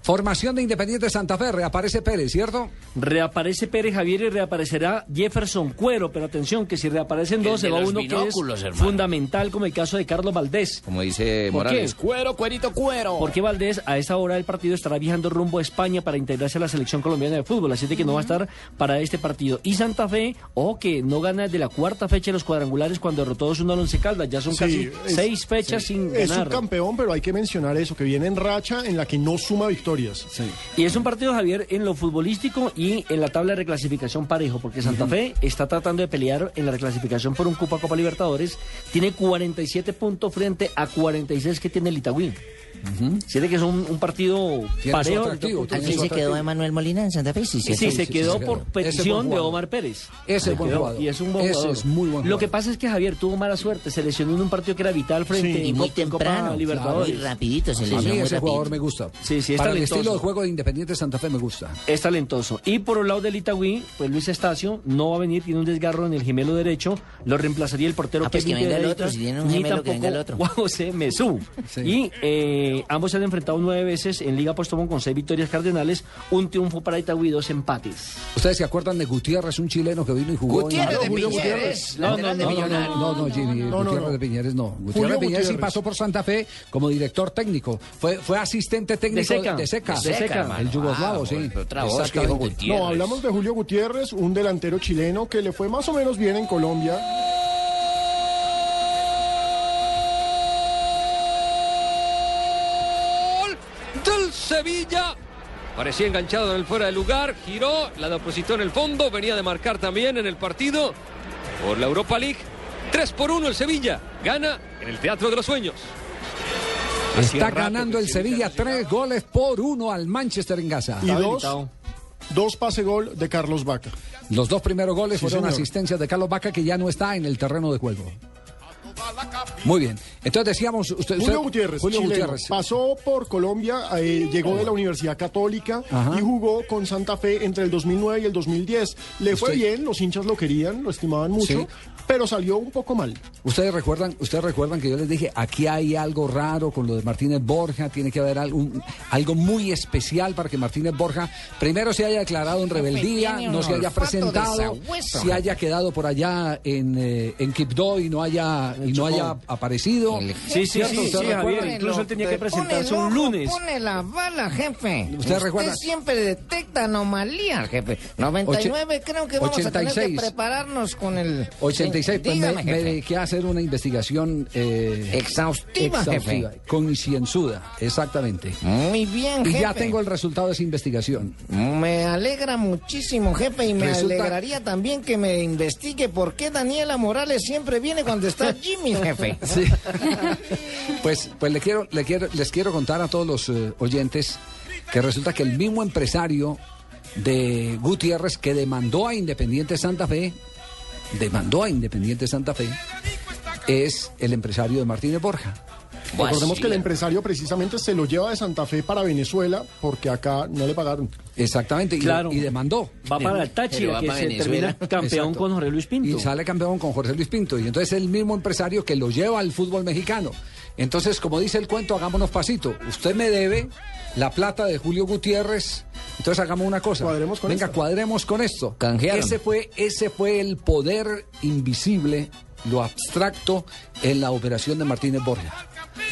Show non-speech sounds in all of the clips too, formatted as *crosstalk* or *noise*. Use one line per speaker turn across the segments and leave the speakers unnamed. Formación de Independiente Santa Fe, reaparece Pérez, ¿cierto?
Reaparece Pérez Javier y reaparecerá Jefferson Cuero, pero atención que si reaparecen dos se
de
va
los
uno que es
binóculos, hermano.
fundamental como el caso de Carlos Valdés.
Como dice
¿Por
Morales.
qué?
Cuero, cuerito, cuero.
Porque Valdés a esta hora del partido estará viajando rumbo a España para integrarse a la selección colombiana de fútbol, así de que no va a estar para este partido. Y Santa Fe, ojo que no gana de la cuarta fecha de los cuadrangulares cuando derrotó 2-1 al Once Caldas, ya son casi
Sí, es-
seis fechas
sí.
sin
Es
ganar.
subcampeón, pero hay que mencionar eso, que viene en racha en la que no suma victorias.
Y es un partido, Javier, en lo futbolístico y en la tabla de reclasificación parejo, porque Santa Fe está tratando de pelear en la reclasificación por un cupo a Copa Libertadores. Tiene 47 puntos frente a 46 que tiene el Itagüí. Siente que es un, un partido
Tiene su
parejo.
atractivo, tiene
Sí,
su
Aquí se quedó Emanuel Molina en Santa Fe, sí,
Sí,
sí.
sí,
sí,
se
sí,
quedó
sí, claro.
por
Ese buen
petición de
jugador.
Omar Pérez.
Ese es
Se
buen
quedó,
jugador.
Y es un buen
Ese
jugador.
es muy buen
Lo
jugador.
que pasa es que Javier tuvo mala suerte. Se lesionó en un partido que era vital frente
Sí,
a
Y muy temprano,
Libertadores.
muy rapidito, se
a
lesionó
mí
Pues muy
ese jugador me
rápido.
gusta.
Sí, sí, es
Para
talentoso.
el estilo de juego de Independiente Santa Fe me gusta.
es talentoso. Y por el lado del Itagüí, pues Luis Estacio no va a venir, tiene un desgarro en el gemelo derecho, lo reemplazaría el portero
Ah, pues que
Kevin
venga el
Pereira,
otro, si tiene un
ni
gemelo, que venga el
tampoco
otro.
Juan José Mesú.
Sí.
Y eh, ambos se han enfrentado nueve veces en Liga Postobón con seis victorias cardenales, un triunfo para Itagüí, dos empates.
¿Ustedes se acuerdan de Gutiérrez, un chileno que vino y jugó? en-
Gutiérrez de
Claro, Julio
Piñeres.
No,
lateral
no,
de
no,
No,
Millonarios.
no, no, no, Jimmy,
no, no.
Gutiérrez de Piñeres no. Gutiérrez de Piñeres sí
Gutiérrez.
pasó por Santa Fe como director técnico. Fue, fue asistente técnico
Seca.
de Seca.
De Seca, hermano.
el yugoslavo,
Ah,
sí.
pero otra voz que dijo
Exactamente.
Gutiérrez.
No, hablamos de Julio Gutiérrez, un delantero chileno que le fue más o menos bien en Colombia.
del Sevilla. Parecía enganchado en el fuera de lugar, giró, la depositó en el fondo, venía de marcar también en el partido por la Europa League. 3 por 1 el Sevilla, gana en el Teatro de los Sueños. Hacía
Está
rato
ganando
que
el Sevilla
no llegaba.
tres goles por uno al Manchester en Gaza.
Y dos,
habilitado.
dos pase gol de Carlos Vaca.
Los dos primeros goles fueron
señor.
asistencias de Carlos Vaca, que ya no está en el terreno de juego. Muy bien. Entonces decíamos. Usted, usted-
Julio Gutiérrez,
Julio
chileno,
Gutiérrez.
pasó por Colombia, eh, llegó de la Universidad Católica
Ajá.
y jugó con Santa Fe entre el 2009 y el 2010. Le fue
Usted-
bien, los hinchas lo querían, lo estimaban mucho,
Sí.
pero salió un poco mal.
Ustedes recuerdan, ustedes recuerdan que yo les dije, aquí hay algo raro con lo de Martínez Borja, tiene que haber algo, algo muy especial para que Martínez Borja primero se haya declarado en rebeldía,
tiene un
no se haya
olfato
presentado,
desahueso,
se haya quedado por allá en, eh, en Quibdó y no haya, y no haya aparecido.
El-
Sí, sí,
¿Cierto?
sí, sí,
¿Ustedes
Javier.
recuerdan?
Incluso él tenía que
Te pone
presentarse
el
un
ojo,
lunes.
Pone la bala, jefe.
¿Usted recuerda?
siempre detecta anomalías, jefe. 99 creo que vamos a tener
86.
que prepararnos con el...
86, pues
Dígame,
me, me
jefe.
dediqué a hacer una investigación eh,
Exhaustiva,
exhaustiva,
jefe.
concienzuda, exactamente.
Muy bien,
Y
jefe.
ya tengo el resultado de esa
*laughs*
investigación.
Me alegra muchísimo, jefe, y me
Resulta-
alegraría también que me investigue por qué Daniela Morales siempre viene cuando está Jimmy, jefe.
Sí. pues, pues le quiero, le quiero, les quiero contar a todos los eh, oyentes que resulta que el mismo empresario de Gutiérrez que demandó a Independiente Santa Fe, demandó a Independiente Santa Fe, es el empresario de Martínez Borja.
Recordemos que el empresario precisamente se lo lleva de Santa Fe para Venezuela porque acá no le pagaron.
Exactamente, y,
Claro.
y demandó.
Va para el
Pero
Táchira,
va
que
para
se
Venezuela.
*laughs*
termina campeón
Exacto.
con Jorge Luis Pinto.
Y sale campeón con Jorge Luis Pinto. Y entonces el mismo empresario que lo lleva al fútbol mexicano. Entonces, como dice el cuento, hagámonos pasito. Usted me debe la plata de Julio Gutiérrez. Entonces hagamos una cosa.
Cuadremos con
Venga,
esto.
cuadremos con esto.
Canjearon.
Ese fue, ese fue el poder invisible, lo abstracto en la operación de Martínez Borja.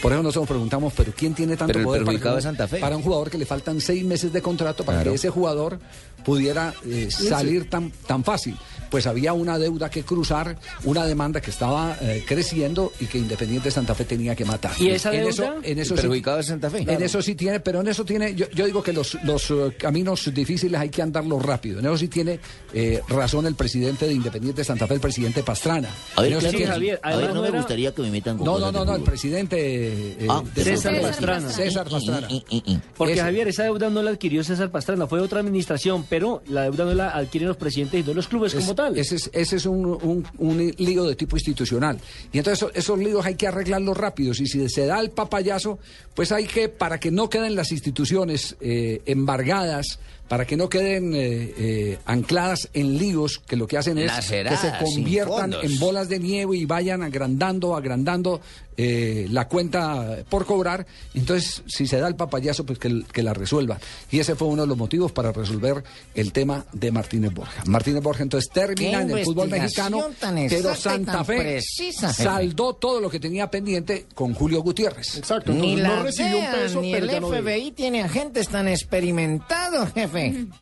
Por eso nosotros nos preguntamos, pero ¿quién tiene tanto
Pero el
poder para,
perjudicado
que-
es Santa Fe.
para un jugador que le faltan seis meses de contrato para
Claro.
que ese jugador pudiera eh, salir tan, tan fácil. Pues había una deuda que cruzar, una demanda que estaba eh, creciendo y que Independiente Santa Fe tenía que matar.
¿Y esa
en
deuda?
Eso, en eso
El
sí-
perjudicado es Santa Fe.
En
Claro.
eso sí tiene, pero en eso tiene, yo, yo digo que los, los eh, caminos difíciles hay que andarlos rápido. En eso sí tiene eh, razón el presidente de Independiente Santa Fe, el presidente Pastrana.
A
En
ver,
eso
claro,
sí,
tiene-
Javier,
a ver,
además
no
no
me
era-
gustaría que me metan con
no, no,
cosas
no,
de
no, el
fútbol.
presidente eh,
Ah,
de
César
Santa Fe,
Pastrana.
César Pastrana.
Y- y- y- y.
Porque
Ese.
Javier, esa deuda no la adquirió César Pastrana, fue otra administración, pero la deuda no la adquieren los presidentes y no los clubes como
Es-
tal.
Ese es, ese es un, un- un lío de tipo institucional. Y entonces eso- esos líos hay que arreglarlos rápidos. Y si se da el papayazo, pues hay que, para que no queden las instituciones eh, embargadas, para que no queden eh, eh, ancladas en líos, que lo que hacen es
Laceradas,
que se
sin
conviertan
fondos.
en bolas de nieve y vayan agrandando, agrandando eh, la cuenta por cobrar. Entonces, si se da el papayazo, pues que, l- que la resuelva. Y ese fue uno de los motivos para resolver el tema de Martínez Borja. Martínez Borja, entonces, termina en el fútbol
investigación
mexicano,
tan
pero
exacta y
Santa
tan
Fe
precisa, jefe.
saldó todo lo que tenía pendiente con Julio Gutiérrez.
Exacto,
Ni
entonces
la
no recibió un
DEA,
peso,
ni
pero
el
ganó dinero.
FBI tiene agentes tan experimentados, jefe.